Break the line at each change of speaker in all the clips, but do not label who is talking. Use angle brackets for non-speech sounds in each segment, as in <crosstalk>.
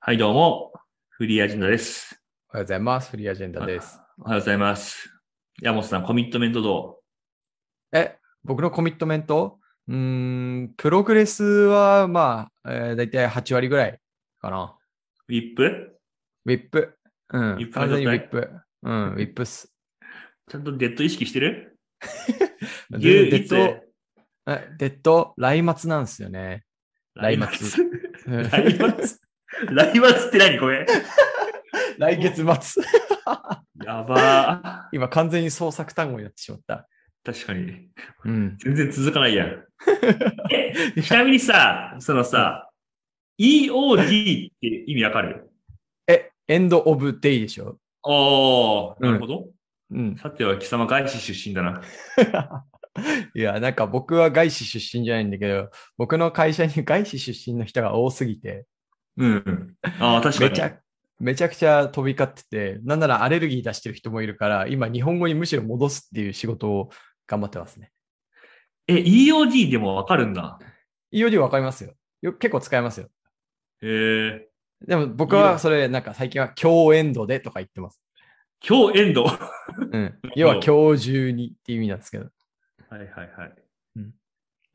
はい、どうも。フリーアジェンダです。
おはようございます。フリーアジェンダです。
おはようございます。山本さん、コミットメントど
え、僕のコミットメントうーん、プログレスは、まあ、えー、だいたい8割ぐらいかな。
うウィップ
ウィップ。うん。
ィップの状態
完全にウィップ。うん、ウィップっす。
ちゃんとデッド意識してる
全
唯
然
一
デッド、えデッド、来末なんですよね。来末。う
来
ん
末来末って何これ
<laughs> 来月末。
やば
今完全に創作単語になってしまった。
ー。確かに。
うん。
全然続かないやん。えちなみにさ、そのさ、EOD って意味わかる
え、エンドオブデイでしょ
おー、なるほど。
うん。
さては、貴様外資出身だな。
いや、なんか僕は外資出身じゃないんだけど、僕の会社に外資出身の人が多すぎて、
うん。ああ、確か
め
に。
ちゃ、めちゃくちゃ飛び交ってて、なんならアレルギー出してる人もいるから、今日本語にむしろ戻すっていう仕事を頑張ってますね。
え、EOD でもわかるんだ。
EOD わかりますよ。よ結構使えますよ。
へえ。
でも僕
いいよ
はそれ、なんか最近は強エンドでとか言ってます。
今日エンド。は
うん。要は今日中にっていう意味なんですけど。
いはいはい。
うん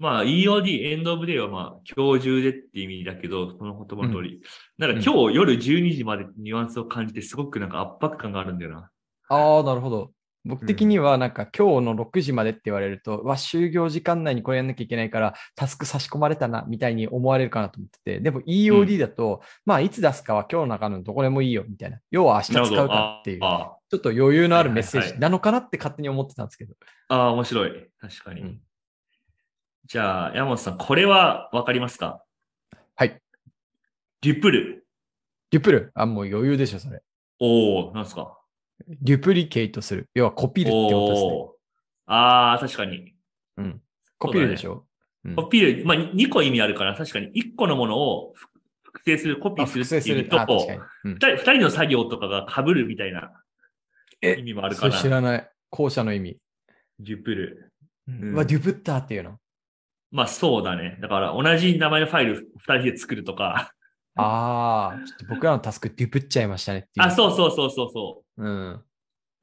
まあ EOD、エンドオブデイはまあ今日中でって意味だけど、その言葉の通り。なんか今日夜12時までニュアンスを感じてすごくなんか圧迫感があるんだよな。
ああ、なるほど。僕的にはなんか今日の6時までって言われると、うわ、就業時間内にこれやんなきゃいけないから、タスク差し込まれたな、みたいに思われるかなと思ってて、でも EOD だと、まあいつ出すかは今日の中のどこでもいいよ、みたいな。要は明
なるほ
日使
ど。
うからっていう、ちょ
あ
っと余裕のあるメッセ
はいはい
ー
は
ジ
い
なのかなって勝手に思ってたんですけど。
あ、ああ面白い。確かに。
うん
じゃあ、山本さん、これはわかりますか
はい。
デュプル。
デュプル、あ、もう余裕でしょ、それ。
おおなんすか
デュプリケイトする。要はコピるってことですね。
おーああ、確かに。
うん。コピるでしょ。うん
コピー、まあ、2個意味あるから、確かに1個のものを複複製する、コピ
あ
ーする
複
ってい
製
う
する。
と
あ、確かに。うん
二人二人の作業とかが被るみたいな
え
意味もある
そ
か
れ知
ら、
らない。後者の意味。
デュプル。
うんうわ、デュプッターっていうの。
まあそうだね。だから同じ名前のファイル二人で作るとか。
ああ、ちょっと僕らのタスクデュプっちゃいましたねっていう。。
あ、そうそうそうそうそう
うん。
う。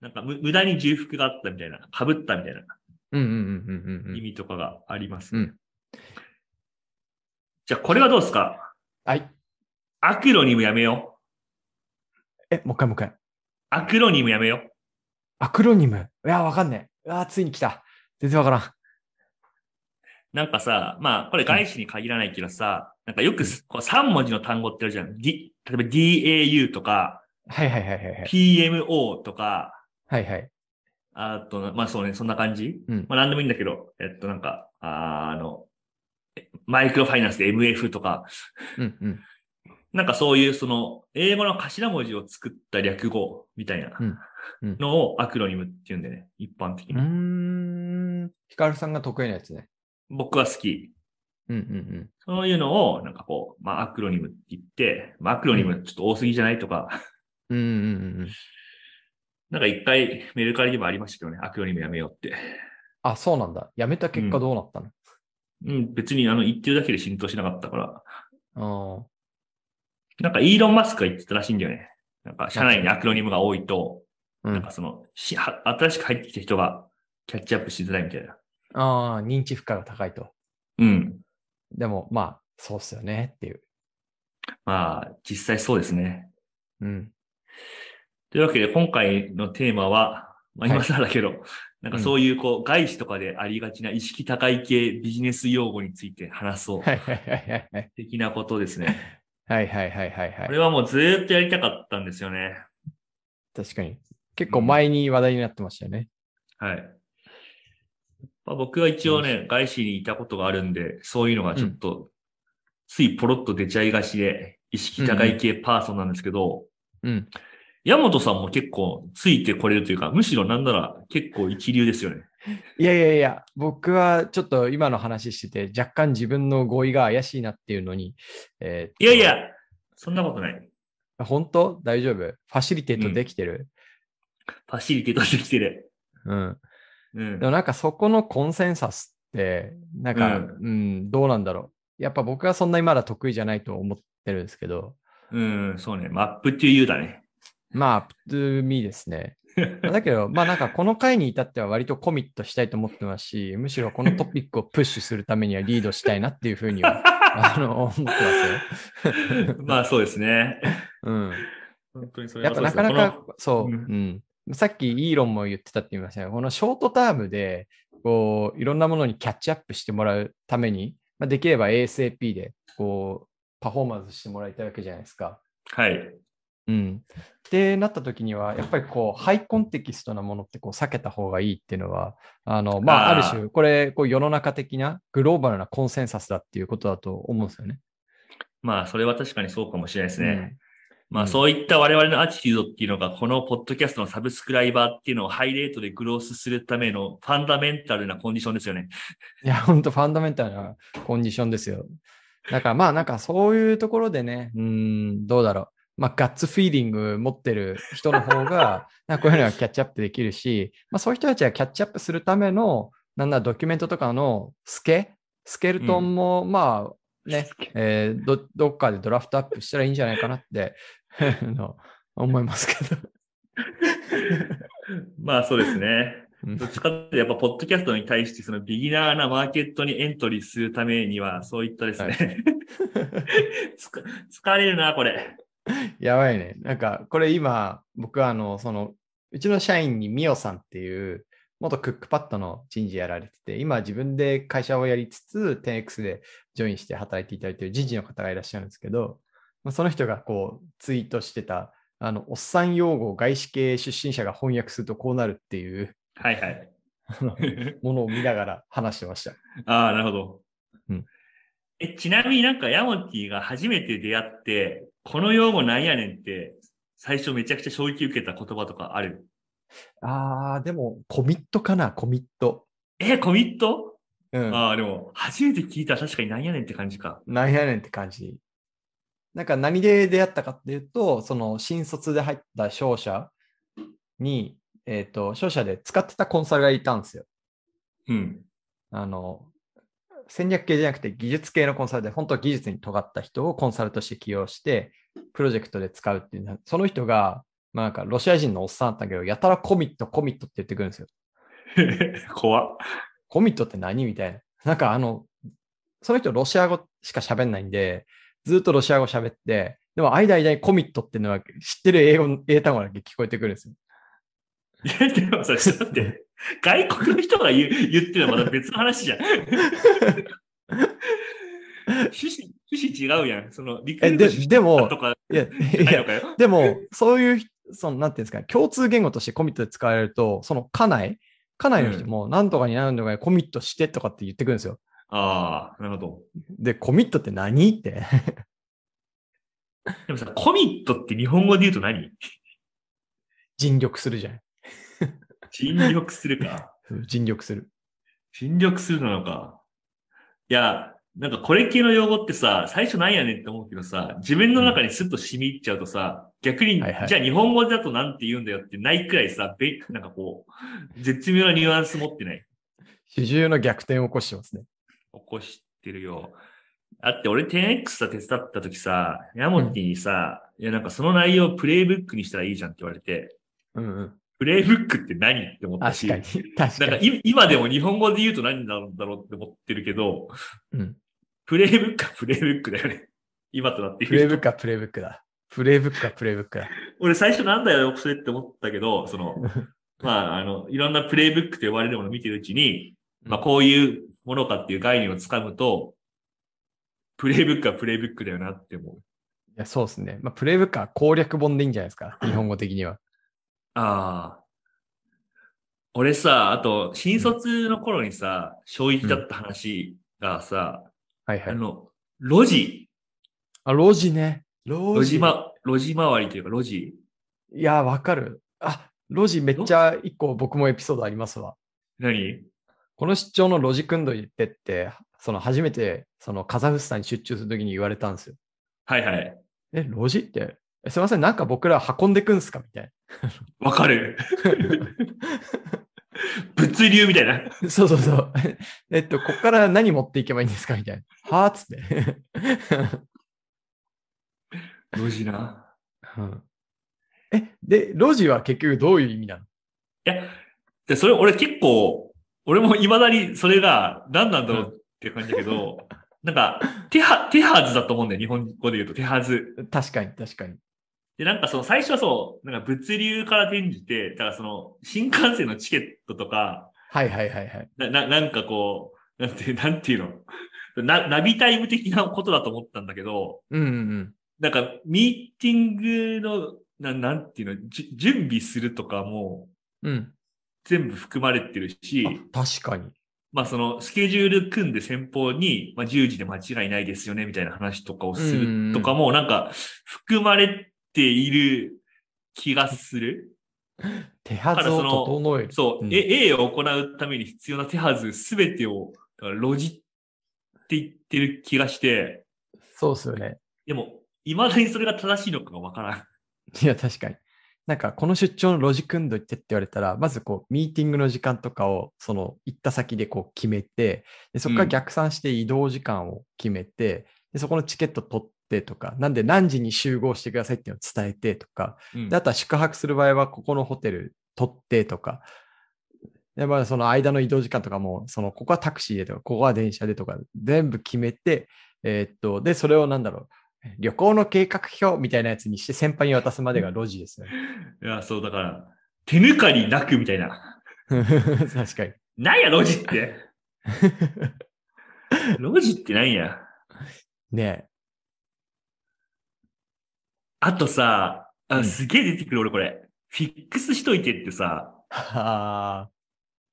なんかむ無駄に重複があったみたいな、被ったみたいな
うんうんうんうんうんう
意
ん。
味とかがあります。
うん
じゃあこれはどうですか
はい。
アクロニムやめよう。
え、もう一回もう一回。
アクロニムやめよう。
アクロニム。いや、わかんねえ。うわ、ついに来た。全然わからん。
なんかさ、まあこれ外資に限らないけどさ、なんかよくすこう3文字の単語ってあるじゃん。D、例えば DAU とか、
はいはいはいはいはい。
PMO とか、
はいはい。
あと、まあそうね、そんな感じ。
うん。
まあ何でもいいんだけど、えっとなんか、あーあの、えマイクロファイナンスで MF とか、
うんうん。
なんかそういうその英語の頭文字を作った略語みたいな
うんうん
のをアクロニムって言うんでね、一般的
う
に。
ーん。ヒカルさんが得意なやつね。
僕は好き。
うんうん
そういうのを、なんかこう、まあアクロニムって言って、まあアクロニムちょっと多すぎじゃないとか、
うん。うんうんうんうん。
なんか一回メルカリでもありましたけどね、アクロニムやめようって。
あ、そうなんだ。やめた結果どうなったの、
うん、別にあの言ってるだけで浸透しなかったから、
ああ。
なんかイーロン・マスクが言ってたらしいんだよね。なんか社内にアクロニムが多いと、
う
なん
ん
か、その、しは新しく入ってきた人がキャッチアップしづらいみたいな。
ああ、認知負荷が高いと。
うん。
でも、まあ、そうっすよねっていう。
まあ、実際そうですね。
うん。
というわけで、今回のテーマは、まあ
はい
今更だけど、なんかそういうこう、外資とかでありがちな意識高い系ビジネス用語について話そう。
はいはいはいはい。
的なことですね。
はいはいはいはいはい
こ。れはもうずーっとやりたかったんですよね。
確かに。結構前に話題になってましたよね。
はい。まあ、僕は一応ね、外資にいたことがあるんで、そういうのがちょっと、ついポロッと出ちゃいがちで、意識高い系パーソンなんですけど、
うん。
山本さんも結構ついてこれるというか、むしろなんなら結構一流ですよね。
いやいやいや、僕はちょっと今の話してて、若干自分の語彙が怪しいなっていうのに。えーっと
いやいや、そんなことない。
本当大丈夫ファシリテートできてる、
ファシリテートしてきてる。
うん、
うん
で。もなんかそこのコンセンサスって、なんか、
う
うん、どうなんだろう。やっぱ僕はそんなにまだ得意じゃないと思ってるんですけど、
うん、そうね。マップっていう U だ <laughs> ね。
まあ、普通にで
<laughs>
すね。だけど、まあなんかこの回に至っては割とコミットしたいと思ってますし、むしろこのトピックをプッシュするためにはリードしたいなっていうふうに
<laughs>
は、あの、思ってますよ。
まあそうですね。
うん。
本当にそれ
やっ
は
ぱ
そうで
な
す
かなか、そ
う
う、うんん。さっきイーロンも言ってたって言いましたが、このショートタームで、こう、いろんなものにキャッチアップしてもらうために、まあ、できれば ASAP で、こう、パフォーマンスしてもらいたいわけじゃないですか。
はい。
うん。ってなった時には、やっぱりこう、ハイコンテキストなものってこう避けた方がいいっていうのは、あの、まあ、
あー
ある種、これ、こう、世の中的なグローバルなコンセンサスだっていうことだと思うんですよね。
まあそれは確かにそうかもしれないですね。
うん
まあ
うん
そういった我々のアティテュードっていうのが、このポッドキャストのサブスクライバーっていうのをハイレートでグロースするためのファンダメンタルなコンディションですよね。
いや、本当ファンダメンタルなコンディションですよ。だからまあ、なんかそういうところでね、うーん、どうだろう。まあ、ガッツフィーリング持ってる人の方が、 <laughs> なんかこういうのがキャッチアップできるし、まあ、そういう人たちがキャッチアップするための、なんならドキュメントとかのスケ、スケルトンも、まあ、ね、えーど、どっかでドラフトアップしたらいいんじゃないかなって、 <laughs> あの思いますけど。 <laughs>
まあそうですね。
うん
どっちかっていうとやっぱポッドキャストに対してそのビギナーなマーケットにエントリーするためには、そういったですね。
は
<laughs> つか疲れるな、これ。
やばいね。なんか、これ今、僕はあの、その、うちの社員にミオさんっていう、元クックパッドの人事やられてて、今自分で会社をやりつつ、10X でジョインして働いていただいている人事の方がいらっしゃるんですけど、まあその人がこう、ツイートしてた、あの、おっさん用語を外資系出身者が翻訳するとこうなるっていう
はい
<laughs>
はい。
あのものを見ながら話してました。
ああ、なるほど。
うん
えちなみになんかヤモティが初めて出会って、この用語なんやねんって、最初めちゃくちゃ衝撃受けた言葉とかある。
あー、でも、コミットかな、コミット。
え、コミット
うん。
ああ、でも、初めて聞いたら確かになんやねんって感じか。
なんやねんって感じ。なんか何で出会ったかっていうと、その新卒で入った商社に、えっ、と、商社で使ってたコンサルがいたんですよ。 <laughs>
うん。
あの、戦略系じゃなくて技術系のコンサルで、本当は技術に尖った人をコンサルとして起用して、プロジェクトで使うっていうのは、その人が、まあなんかロシア人のおっさんだったけど、やたらコミット、コミットって言ってくるんですよ。
怖 <laughs> っ。
コミットって何みたいな。なんかあの、その人ロシア語しか喋んないんで、ずっとロシア語喋って、でも間々にコミットっていうのは知ってる英語の、英単語だけ聞こえてくるんですよ。
いや、でもさ、ちょっと待
<laughs>
って。外国の人が言う言ってるのはまた別の話じゃん。 <laughs> 趣旨、趣旨違うやん。その、リクルート
えで
出身
でも
とか、
いや、 <laughs>
ないい
や
の、かよ。
でも、そういう、その、なんていうんですかね、共通言語としてコミットで使われると、その家内、家内の人も何とかに何とかにコミットしてとかって言ってくるんですよ。
ああ、なるほど。
で、コミットって何って。 <laughs>
でもさ、コミットって日本語で言うと
<laughs>
何
尽力するじゃん。
尽力するか。
尽力する。
尽力するなのか。いや、なんかこれ系の用語ってさ、最初なんやねんって思うけどさ、自分の中にスッと染み入っちゃうとさ、逆に、
はいはい
じゃあ日本語だとなんて言うんだよってないくらいさ、べなんかこう、絶妙なニュアンス持ってない。
主従の逆転を起こしてますね。
起こしてるよ。だって俺 10X さ手伝った時さ、ヤモティにさ、いやなんかその内容をプレイブックにしたらいいじゃんって言われて、
うんうん。
プレイブックって何って思った
確
し、
<laughs> かに。確か
なんか
に。
い今でも日本語で言うと何なんだろうって思ってるけど、
うん
プレイブック <laughs> はプレイブックだよね。今となって
プレイ
言
ブ
う
ックはプレイブックだ。プレイブックはプレイブックだ。
俺最初なんだよ、それって思ったけど、
<laughs>
その、まあ、あの、いろんなプレイブックと呼ばれるものを見てるうちに、まあ、こういうものかっていう概念をつかむと、プレイブックはプレイブックだよなって思う。
いやそうですね。まあ、プレイブックは攻略本でいいんじゃないで
<clears throat>
すか。日本語的には。
ああ。俺さ、あと、新卒の頃にさ、衝撃だった話がさ、
はいは
あ
い。
の、路地、
あ、路地ね。路
路
地。
地ま、路地周りというか路地。
いや、わかる。あ、路地めっちゃ一個僕もエピソードありますわ。
何
この出張の路地くんどいってって、その初めてそのカザフスタンに出張するときに言われたんですよ。
はいはい。
え、路地って、えすいません、なんか僕ら運んでくんすかみたい
わかる。
な。
物流みたいな。
<laughs> そうそうそう。えっと、ここから何持っていけばいいんですかみたいな。はあっつって。
無事な。
うん
え、で、ロジは結局どういう意味なの
いや、で、それ俺結構、俺も未だにそれが何なんだろうっていう感じだけど、なんか、手は、手はずだと思うんだよ。日本語で言うと手はず。
確かに、確かに。
で、なんかその最初はそう、なんか物流から転じて、だからその新幹線のチケットとか、
はいはいはいはい。
な、な、なんかこう、なんて、なんていうの <laughs> な、ナビタイム的なことだと思ったんだけど、
うんうんうん。
なんかミーティングの、ななんていうの、じ準備するとかも
うん。
全部含まれてるし、
あ確かに。
まあそのスケジュール組んで先方に、まあ10時で間違いないですよねみたいな話とかをす
うんうん
るとかもなんか含まれている気がする。
手はずを整える。
そう、
うん
え A を行うために必要な手はずすべてを、だからロジって言ってる気がして、
そうっすよね。
でも、未だにそれが正しいのかがわからん。
いや、確かに。なんか、この出張のロジ組んどいてって言われたら、まずこう、ミーティングの時間とかを、その、行った先でこう決めて、でそこから逆算して移動時間を決めて、でそこのチケット取ってとか、なんで何時に集合してくださいっていうのを伝えてとか、
うん
で、あとは宿泊する場合は、ここのホテル取ってとか、やっぱりその間の移動時間とかも、その、ここはタクシーでとか、ここは電車でとか、全部決めて、えーっと、で、それをなんだろう、旅行の計画表みたいなやつにして先輩に渡すまでがロジですよね。 <laughs>
いや、そう、だから、手抜かりなくみたいな。
確かに。 <laughs>
なんや、ロジって。ロジってなんや。
ね
あとさ、
う
あ
ん
すげえ出てくる、俺これ。フィックスしといてってさ、
え。は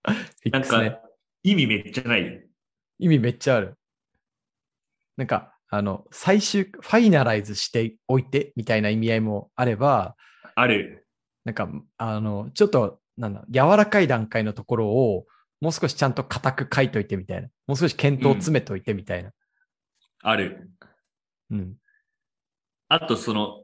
あ。フィ
な
ッ
ん
クスね
か。、意味めっちゃない。
意味めっちゃある。なんか、あの、最終、ファイナライズしておいてみたいな意味合いもあれば、
ある。
なんか、あの、ちょっと、なんだ、柔らかい段階のところを、もう少しちゃんと固く書いといてみたいな。もう少し検討を詰めといてみたいな。
ある。
うん。
あと、その、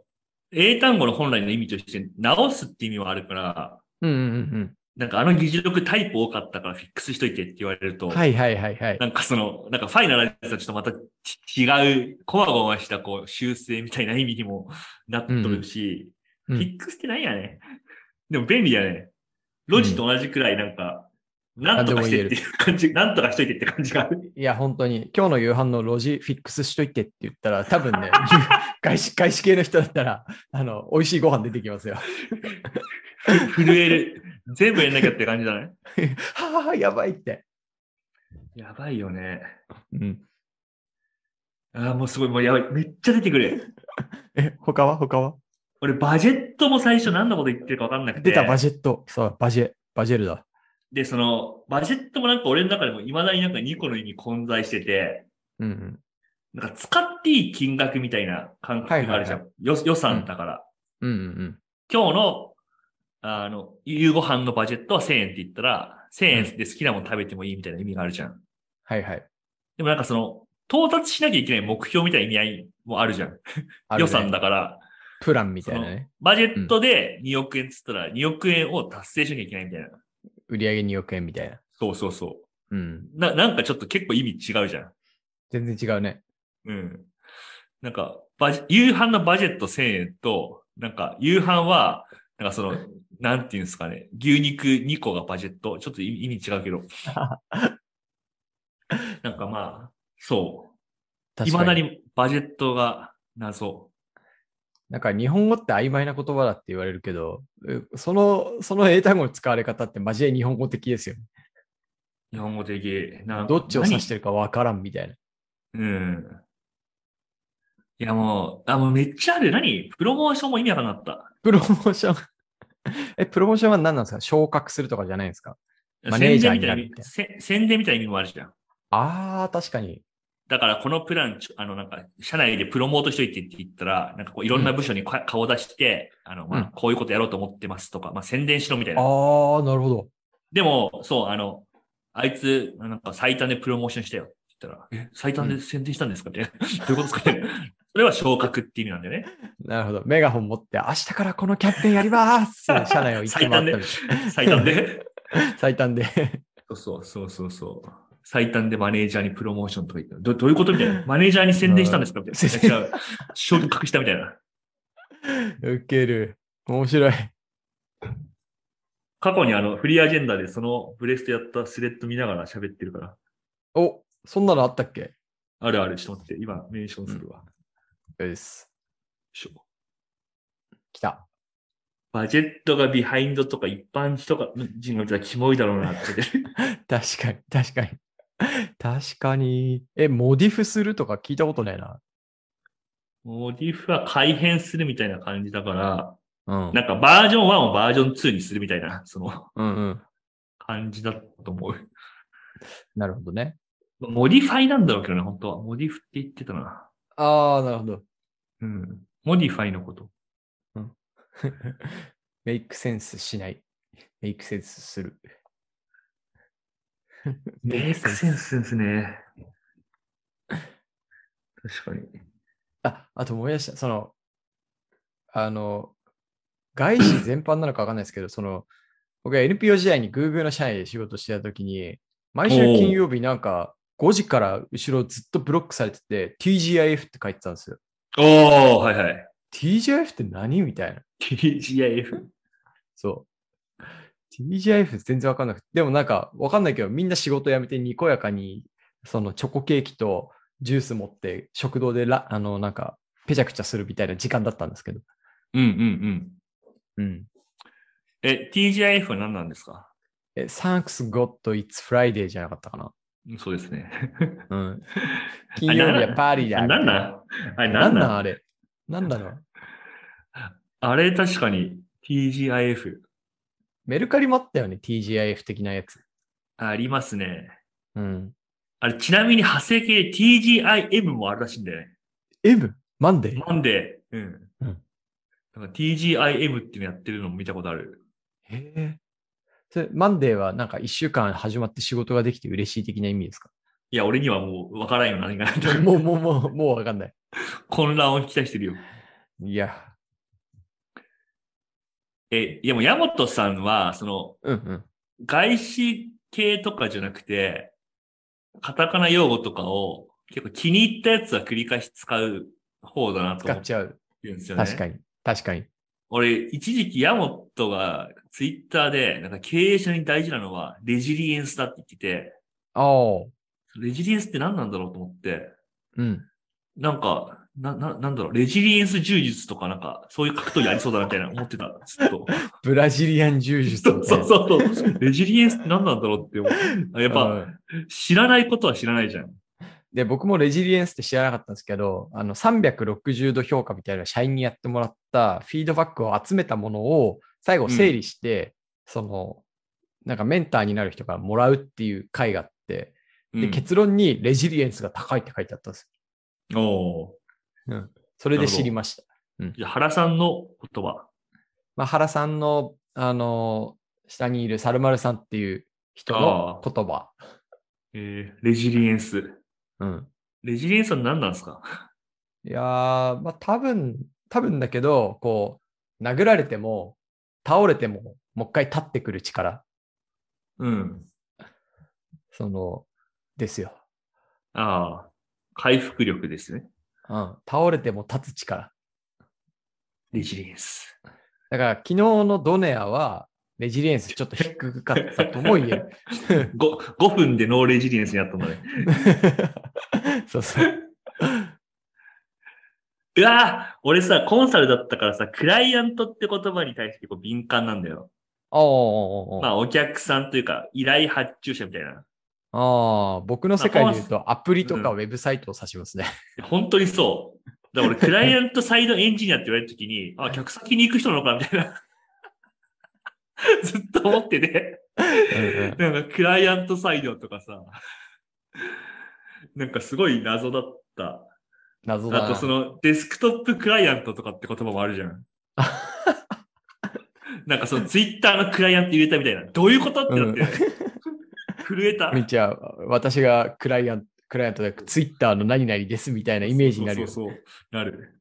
英単語の本来の意味として、直すって意味はあるから、
うんうん
なんかあの議事録タイプ多かったからフィックスしといてって言われると、
うん。はいはいはいはい
な。んかその、なんかファイナライズはちょっとまたち違う、こまごましたこう修正みたいな意味にもなっとるし、
うんうん
フィックスってなんやね。でも便利やね。ロジと同じくらいなんか、なんとかしてっていう感じ、なんとかしといてって感じがある。
いや、本当に、今日の夕飯のロジフィックスしといてって言ったら、多分 <laughs> ね、外資、外資系の人だったら、あの、美味しいご飯出てきますよ。
震える。全部やんなきゃって感じじゃない
ははやばいって。
やばいよね。
うん。
ああ、もうすごい、もうやばい。めっちゃ出てくる。
え、他は他は
俺、バジェットも最初何のこと言ってるかわかんなくて。
出た、バジェット。そう、バジェ、バジェルだ。
で、その、バジェットもなんか俺の中でも未だになんか2個の意味混在してて、
うんうん。
なんか使っていい金額みたいな感覚があるじゃん。よ予算だから。
うんうん
今日の、あの、夕ご飯のバジェットは1000円って言ったら、1000円で好きなもの食べてもいいみたいな意味があるじゃん。
はいはい。
でもなんかその、到達しなきゃいけない目標みたいな意味合いもあるじゃん。
あるね
予算だから、
プランみたいなね。
バジェットで2億円っつったら2億円を達成しなきゃいけないみたいな。
売り上げ2億円みたいな。
そうそうそ
うん。
う。な、なんかちょっと結構意味違うじゃん。
全然違うね。
うん。なんか、バジ、夕飯のバジェット1000円と、なんか、夕飯は、なんかその、なんていうんですかね、牛肉2個がバジェット。ちょっと意意味違うけ
<laughs>
ど。なんかまあ、そう。
確
未だ
かに。
にバジェットが謎。
なんか日本語って曖昧な言葉だって言われるけど、うその、その英単語の使われ方ってマジで日本語的ですよ。
日本語的。な
どっちを指してるかわからんみたいな。
何うん。いやもう、あ、もうめっちゃある。何プロモーションも意味わかんなかっ
プロモーション <laughs> え、プロモーションは何なんですか昇格するとかじゃないんですか
た。
マネージャー
宣伝みたいな
になるみたいな
せ宣伝みたいな意味もあるじゃん。
ああ、確かに。
だからこのプラン、ちょあの、なんか、社内でプロモートしといてって言ったら、なんかこう、いろんな部署にか顔出して、あの、ま
うん
あ、こういうことやろうと思ってますとか、まあ、宣伝しろみたい
あ
な。
あ、なるほど。
でも、そう、あの、あいつ、なんか最短でプロモーションしたよって言ったら、え、最短で宣伝したんですか <laughs> って、どういうことですかね。それは昇格って意味なんだ <laughs> よね。
なるほど。メガホン持って、明日からこのキャンペーンやり <laughs> ますって社内を言って回ったり。
最短で。
最短で。
そうそうそうそう。最短でマネージャーにプロ <laughs> モーションとか言ったら、どどういうことみたいな。マネージャーに宣伝したんですかみたいな。違う。昇格したみたいな。
<laughs> ウケる。面白い。
過去にあの、フリーアジェンダでそのブレストやったスレッド見ながら喋ってるから。
お、そんなのあったっけ
あるある、ちょっと待って、今メンションするわ。よ
うっす。
いしょ
来た。
バジェットがビハインドとか一般人とか人が見たらキモいだろうなって。 <laughs>
確かに、確かに。確かに。え、モディフするとか聞いたことないな。
モディフは改変するみたいな感じだから、
うん。
なんかバージョン1をバージョン2にするみたいな、その
うんうん。
感じだったと思う。
なるほどね。
モディファイなんだろうけどね、本当は。モディフって言ってたな。
ああ、なるほど。 <laughs>
うん。モディファイのこと。
メイクセンスしない。メイクセンスする。 <laughs>
メイクセンスですね。確かに。
あ、あと思い出した。その、あの、外資全般なのかわかんないですけど、その、僕は NPO 時代に Google の社員で仕事してた時に、毎週金曜日なんか5時から後ろずっとブロックされてて、TGIF って書いてたんですよ。
おー、はいはい。
TGIF って何みたいな。
TGIF。
そう。TGIF 全然わかんなくて。でもなんかわかんないけど、みんな仕事辞めてにこやかに、そのチョコケーキとジュース持って食堂でラ、あの、なんか、ペチャクチャするみたいな時間だったんですけど。
うんうんうん。
うん。
え、TGIF は何なんですか
え、Thanks God It's Friday じゃなかったかな。
うんそうですね。 <laughs>
うん。金曜日はパーリーだ。
あなんなんあれ
な
なんん
なん
なん
あれ。なんなの
あれ確かに TGIF
メルカリもあったよね。TGIF 的なやつ。
ありますね。
うん。
あれちなみに派生系で TGIM もあるらしいんだよね。
M? マンデー
なんで、うん。
うん
なんか TGIM っていうのやってるのも見たことある。
へえ。それ、マンデーはなんか一週間始まって仕事ができて嬉しい的な意味で
<laughs>
すか
いや、俺にはもうわからんよ、何 <laughs> が。
もう、もう、もう、もうわかんない。
混乱を期待してるよ。
いや、
え、いやもう、ヤモトさんは、その、
うんうん。
外資系とかじゃなくて、カタカナ用語とかを結構気に入ったやつは繰り返し使う方だなと
使
思っ
っちゃう。
てるんですよね。
確かに。確かに。
俺、一時期ヤモットがツイッターで、なんか経営者に大事なのはレジリエンスだって言ってて、
ああ。
レジリエンスって何なんだろうと思って、
うん。
なんか、な、な、なんだろう、レジリエンス柔術とかなんか、そういう格闘技ありそうだなみたいな思ってた、ずっと。
ブラジリアン柔術
そ
み
う
たい
そ
な
うそうそう。レジリエンスって何なんだろうって思う。やっ
う
ぱ、
ん
知らないことは知らないじゃん。
で、僕もレジリエンスって知らなかったんですけど、あの、360度評価みたいな社員にやってもらったフィードバックを集めたものを最後整理して、その、なんかメンターになる人がもらうっていう回があって、
う
で、
ん
結論にレジリエンスが高いって書いてあったんですよ。
おー
それで知りました。
じゃあ原さんの言葉。
まあ、原さんの、あのー下にいるサルマルさんっていう人の言葉。
えーレジリエンス。
うん、
レジリエンスは何なんですか
いやー、まあ、多分、多分だけど、こう、殴られても、倒れても、もう一回立ってくる力、
うん。
その、ですよ。
ああ、回復力ですね。
うん、倒れても立つ力。
レジリエンス。 <laughs>
だから、昨日のドネアは、レジリエンスちょっと低かったとも言
<laughs>
える。
5, 5分でノーレジリエンスになったんだね。 <laughs>
そうそう。
うわぁ俺さ、コンサルだったからさ、クライアントって言葉に対して結構敏感なんだよ。
おーおーおーおー、
まあ、お客さんというか、依頼発注者みたいな。
ああ、僕の世界で言うと、アプリとか
う
ウェブサイトを指しますね。
本当にそう。だから俺、クライアントサイドエンジニアって言われたときに、あ、客先に行く人なのかみたいな。 <laughs> ずっと思ってて。なんか、クライアントサイドとかさ。なんか、すごい謎だった。
<laughs> 謎だな。
あとそのデスクトップクライアントとかって言葉もあるじゃん。 <laughs> なんかそのツイッターのクライアント入れたみたいな。どういうことってなって。震えた。
みちゃん私がクライアント、クライアントでツイッターの何々ですみたいなイメージになるよ。
そうそうそうなる。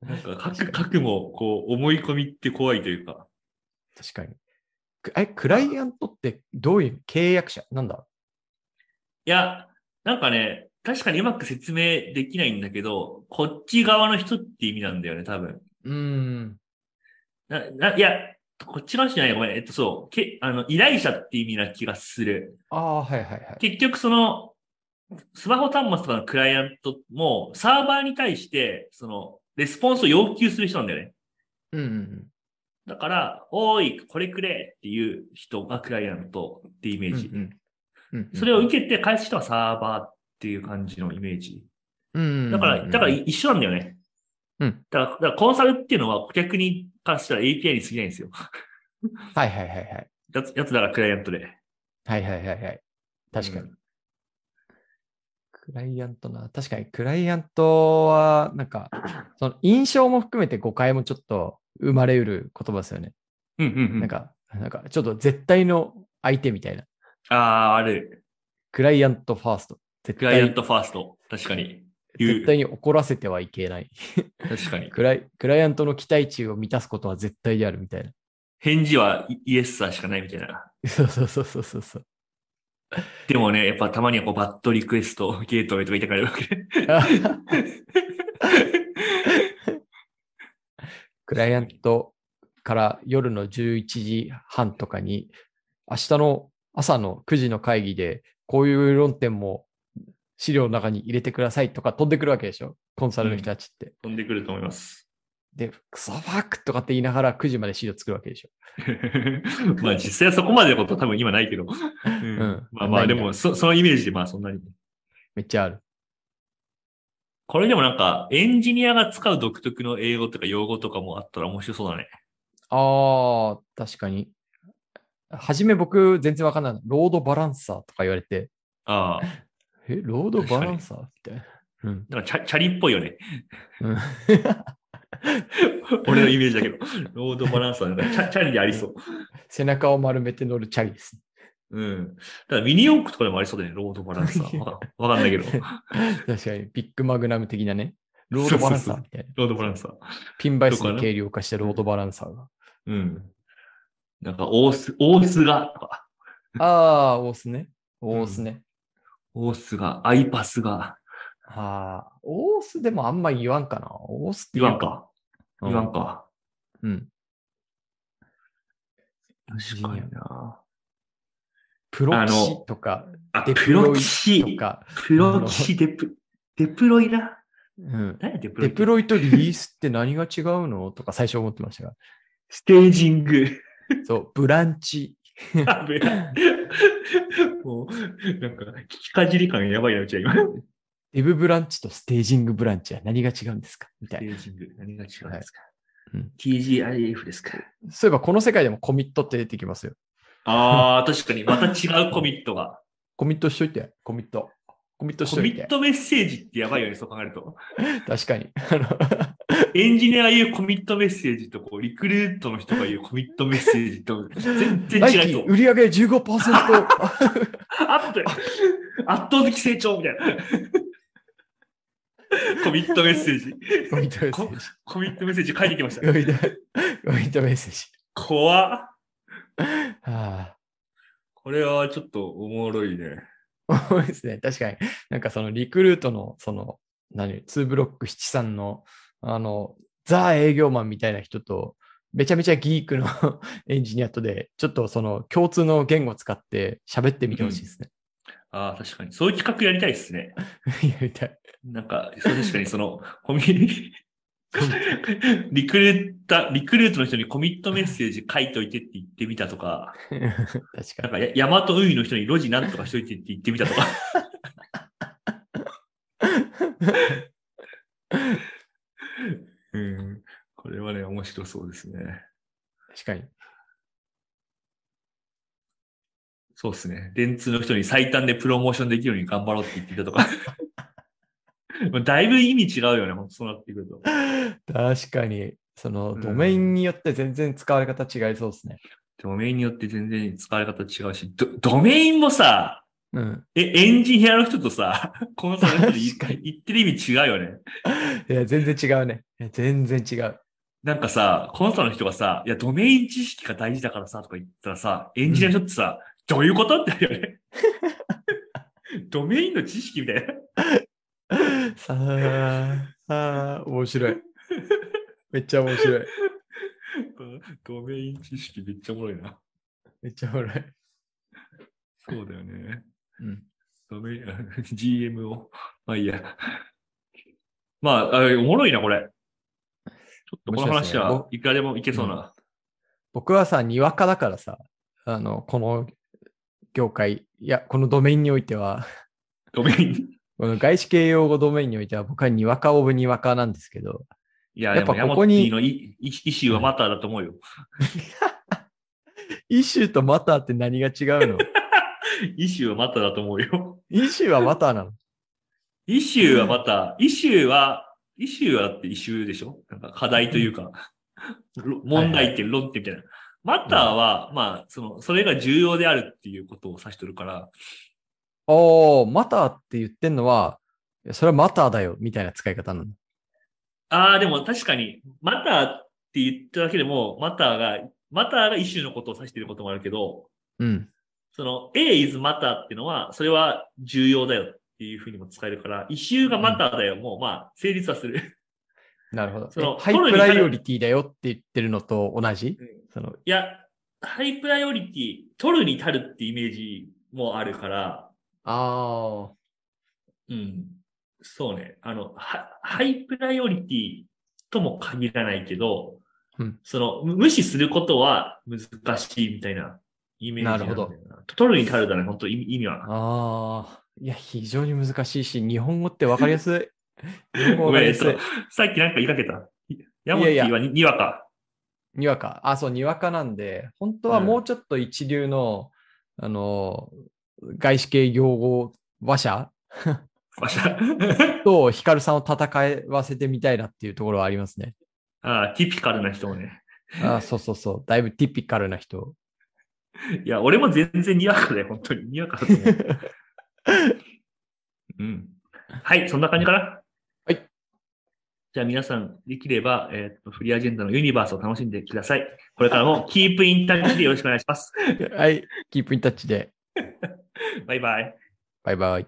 なんか書
確
く
か
書くも、こう、思い込みって怖いというか。
確かに。くえ、クライアントってどういう契約者なんだ
いや、なんかね、確かにうまく説明できないんだけど、こっち側の人って意味なんだよね、多分。
ううん。
なないや、こっちの話じゃないよごめん。えっと、そう。けあの、依頼者って意味な気がする。
ああ、はいはいはい。
結局その、スマホ端末とかのクライアントも、サーバーに対して、その、レスポンスを要求する人なんだよね。
うんうん
だから、おーい、これくれっていう人がクライアントってイメ
うん。
ー
うん
ジ。
うんうんうん
それを受けて返す人はサーバーっていう感じのイメージ。
うんうんうん
だから、だから一緒なんだよね。
うん。
だから、だからコンサルっていうのは顧客に関したら API に過ぎないんですよ。 <laughs>
はいはいはいはい。
やつ、やつだからクライアントで。
はいはいはいはい。確か
う
に。
ん
クライアントな、確かにクライアントは、なん
<coughs>
か、その印象も含めて誤解もちょっと生まれうる言葉ですよね。
うんうんうん。
なんか、なんか、ちょっと絶対の相手みたいな。
ああ、ある。
クライアントファースト。絶
クライア
対
ン、トファースト。確かに。言う
絶対に怒らせてはいけない。
確かに。
クライクライアントの期待値を満たすことは絶対であるみたいな。
返事はイイエスさしかないみたいな。
<laughs> そうそうそうそうそうそう。
でもね、やっぱたまにはこうバッドリクエスト、ゲートウェイとか言いたくなるわけ。
<laughs>
<laughs>
クライアントから夜の11時半とかに、明日の朝の9時の会議で、こういう論点も資料の中に入れてくださいとか飛んでくるわけでしょコンサルの人たちって。
飛んでくると思います。 <laughs>
で、クソファックとかって言いながら9時まで資料作るわけでしょ。
まあ実際はそこまでのこと多分今ないけど。うん
うん
まあま
な
あ
いん
で
だ
もそ、そのイメージでまあそんなに。
めっちゃある。
これでもなんか、エンジニアが使う独特の英語とか用語とかもあったら面白そうだね。
ああ、確かに。はじめ僕全然わかんない。ロードバランサーとか言われて、
ああ。
え、ロードバランサーみたいな。うん。
なんかチャチャリっぽいよね。
うん
<laughs> 俺のイメージだけど。ロードバランサーなんかチャチャリでありそう。
背中を丸めて乗るチャリです。 <laughs>
うん。だからミニ四駆とかでもありそうだよね、ロードバラン
<laughs>
サー。わわかんないけど。
確かに、ビッグマグナム的なね、ロードバランサーみたいな。
ロードバランサー。
ピンバイスに軽量化したロードバランサーが。
うん。なんか、オース、オースが、とか、
ああ、オースね。オースね。
オースが、アイパスが、
ああ、オースでもあんま言わんかな。オースって
言わん。か。
うん
言わんか。
うん。
確かにな。
プロキ
あの
シとか、
あ、
デ
プ
プ
ロ
ロ
キ
イ
シ
と、か、
プロキシ、デプ、デプロイな。
うん。
何やデプロイ
デプロイとリリースって何が違うのとか最初思って
<laughs>
ましたが。
ステージング。
そう、ブランチ。
やべえもう、なんか、聞きかじり感やばいな、うちは今。ス
デブブランチとステージングブランチは何が違うんですかみた
テ
いな。
ージング、何が違うんですか、
はいうん
?TGIF ですか
そういえばこの世界でもコミットって出てきますよ。
ああ、確かに、また違うコミット
<laughs>
が。
コミットしといて、コミット。コミットし
コ
とい
ミ
て
ッ。トメッセージってやばいよね、そう考えると。
確かに。あの
エンジニアが言うコミットメッセージと、こう、リクルートの人が言うコミットメッセージと、全然
ナ
違
イ
い
キ
<laughs> と。
売り上げ15%。
<laughs> アップ圧倒的成長みたい
<laughs>
な。コミットメッセージ。
コミットメッセ
こ
ージ。
コミットメッセージ書いてきまし
コ
た。
ミットコミットメッセージ。
怖っ
は
これはちょっとおもろいね。
あ、そうですね。確かに。なんかそのリクルートの、その、何、2ブロック73の、あの、ザ営業マンみたいな人と、めちゃめちゃギークの <laughs> エンジニアとで、ちょっとその共通の言語使って喋ってみてほしいですね。
ああ、確かに。そういう企画やりたいですね。
やりたい。
なんか、そう確かにその、コミ、リクルータ、リクルートの人にコミットメッセージ書いといてって言ってみたとか、
確
な
か
ん
に。
かや、ヤマト運輸の人に路地なんとかしといてって言ってみたとか。うん。これはね、面白そうですね。
確かに。
そうですね。電通の人に最短でプロモーションできるように頑張ろうって言ってたと
<laughs>
か。まあだいぶ意味違うよね、ほんとそうなってくると。
確かに。その、
うん
ドメインによって全然使われ方違いそうですね。
ドメインによって全然使われ方違うし、ドドメインもさ、
うん。
え、エンジニアの人と
<laughs>
さ、コンサルの人で言
確か
言ってる意味違うよね。
いや、全然違うね。いや全然違う。
なんかさ、コンサルの人がさ、いや、ドメイン知識が大事だからさ、とか言ったらさ、エンジニアの人ってさ、どういうことってなるよ
<laughs>
ね。ドメインの知識み <laughs> たいな。
さあ、あー面白い。めっちゃ面白い。
ドメイン知識めっちゃおもろいな。
めっちゃおもろい。
そうだよね。
うん。
ドメイン、GM を。まあいいや。まあ、あおもろいな、これ。ちょっとこの
面白いです
話
ね
はいくらでもいけそうな。
僕はさ、にわかだからさ、あの、この業界、いや、このドメインにおいては、 <laughs>
ドメイン。
この外資系用語ドメインにおいては、僕はにわかオブにわかなんですけど、
いや、
やっぱ
でも
ここに
ヤモティの意意意思はまただと
<laughs>
思うよ。
イシューとマターって何が違う <laughs> の
イシューはまただと思うよ。
イシューはマターなの
イシューはまた、イシューは、イシューはだってイシューでしょなんか課題というか、ろ問題点、論点みたいな。マターは、まあ、その、それが重要であるっていうことを指してるから、
おー、マターって言ってんのは、いやそれはマターだよ、みたいな使い方なの。
ああ、でも確かに、マターって言っただけでも、マターが、マターがイシューのことを指してることもあるけど、
うん。
その、A is matter っていうのは、それは重要だよっていうふうにも使えるから、イシューが matter だよ、もう、まあ、成立はする。 <laughs>
なるほど。
その
えハイプライオリティだよって言ってるのと同じその、
いや、ハイプライオリティ、取るに足るってイメージもあるから、
あ
うん。そうね。あの、はハイプライオリティとも限らないけど、
うん
その、む無視することは難しいみたいなイメージんだよ
なる。
取るに足るだね、本当意味意味は。
ああ、いや、非常に難しいし、日本語って分かりやす <laughs> い。日本語分かりやす
ごめ
い
んえっ。さっきなんか言いかけた。ヤモ
い
テ
や
ィ
い
はににわか。
にわか。あ、そう、にわかなんで、本当はもうちょっと一流の、あの、外資系用語話者
わしゃ。
とヒカルさんを戦わせてみたいなっていうところはありますね。
<laughs> ああ、ティピカルな人もね。
あそうそうそう。だいぶティピカルな人。
いや、俺も全然にわかだよ、本当に。にわかだと思う。
<laughs>
うん。はい、そんな感じかな。
はい。
じゃあ皆さん、できれば、えっ、と、フリーアジェンダのユニバースを楽しんでください。これからも、キープインタッチでよろしくお願いします。
はい。キープインタッチで。
バイバイ。
バイバイ。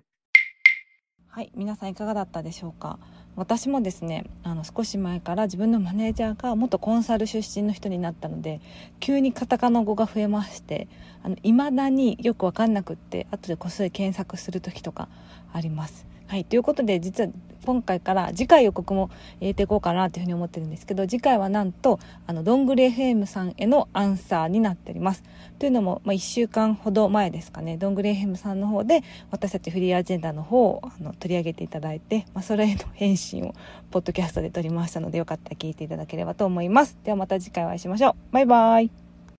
はい、皆さんいかがだったでしょうか。私もですね、あの少し前から自分のマネージャーが元コンサル出身の人になったので、急にカタカナ語が増えまして、あの未だによくわかんなくって、後でこっそり検索する時とかあります。はい、ということで実は今回から次回予告も入れていこうかなというふうに思ってるんですけど、次回はなんとあのどんぐり FM さんへのアンサーになっております。というのも、まあ、1週間ほど前ですかね、どんぐり FM さんの方で私たちフリーアジェンダの方をあの取り上げていただいて、まあ、それへの返信をポッドキャストで取りましたのでよかったら聞いていただければと思いますではまた次回お会いしましょうバイバイ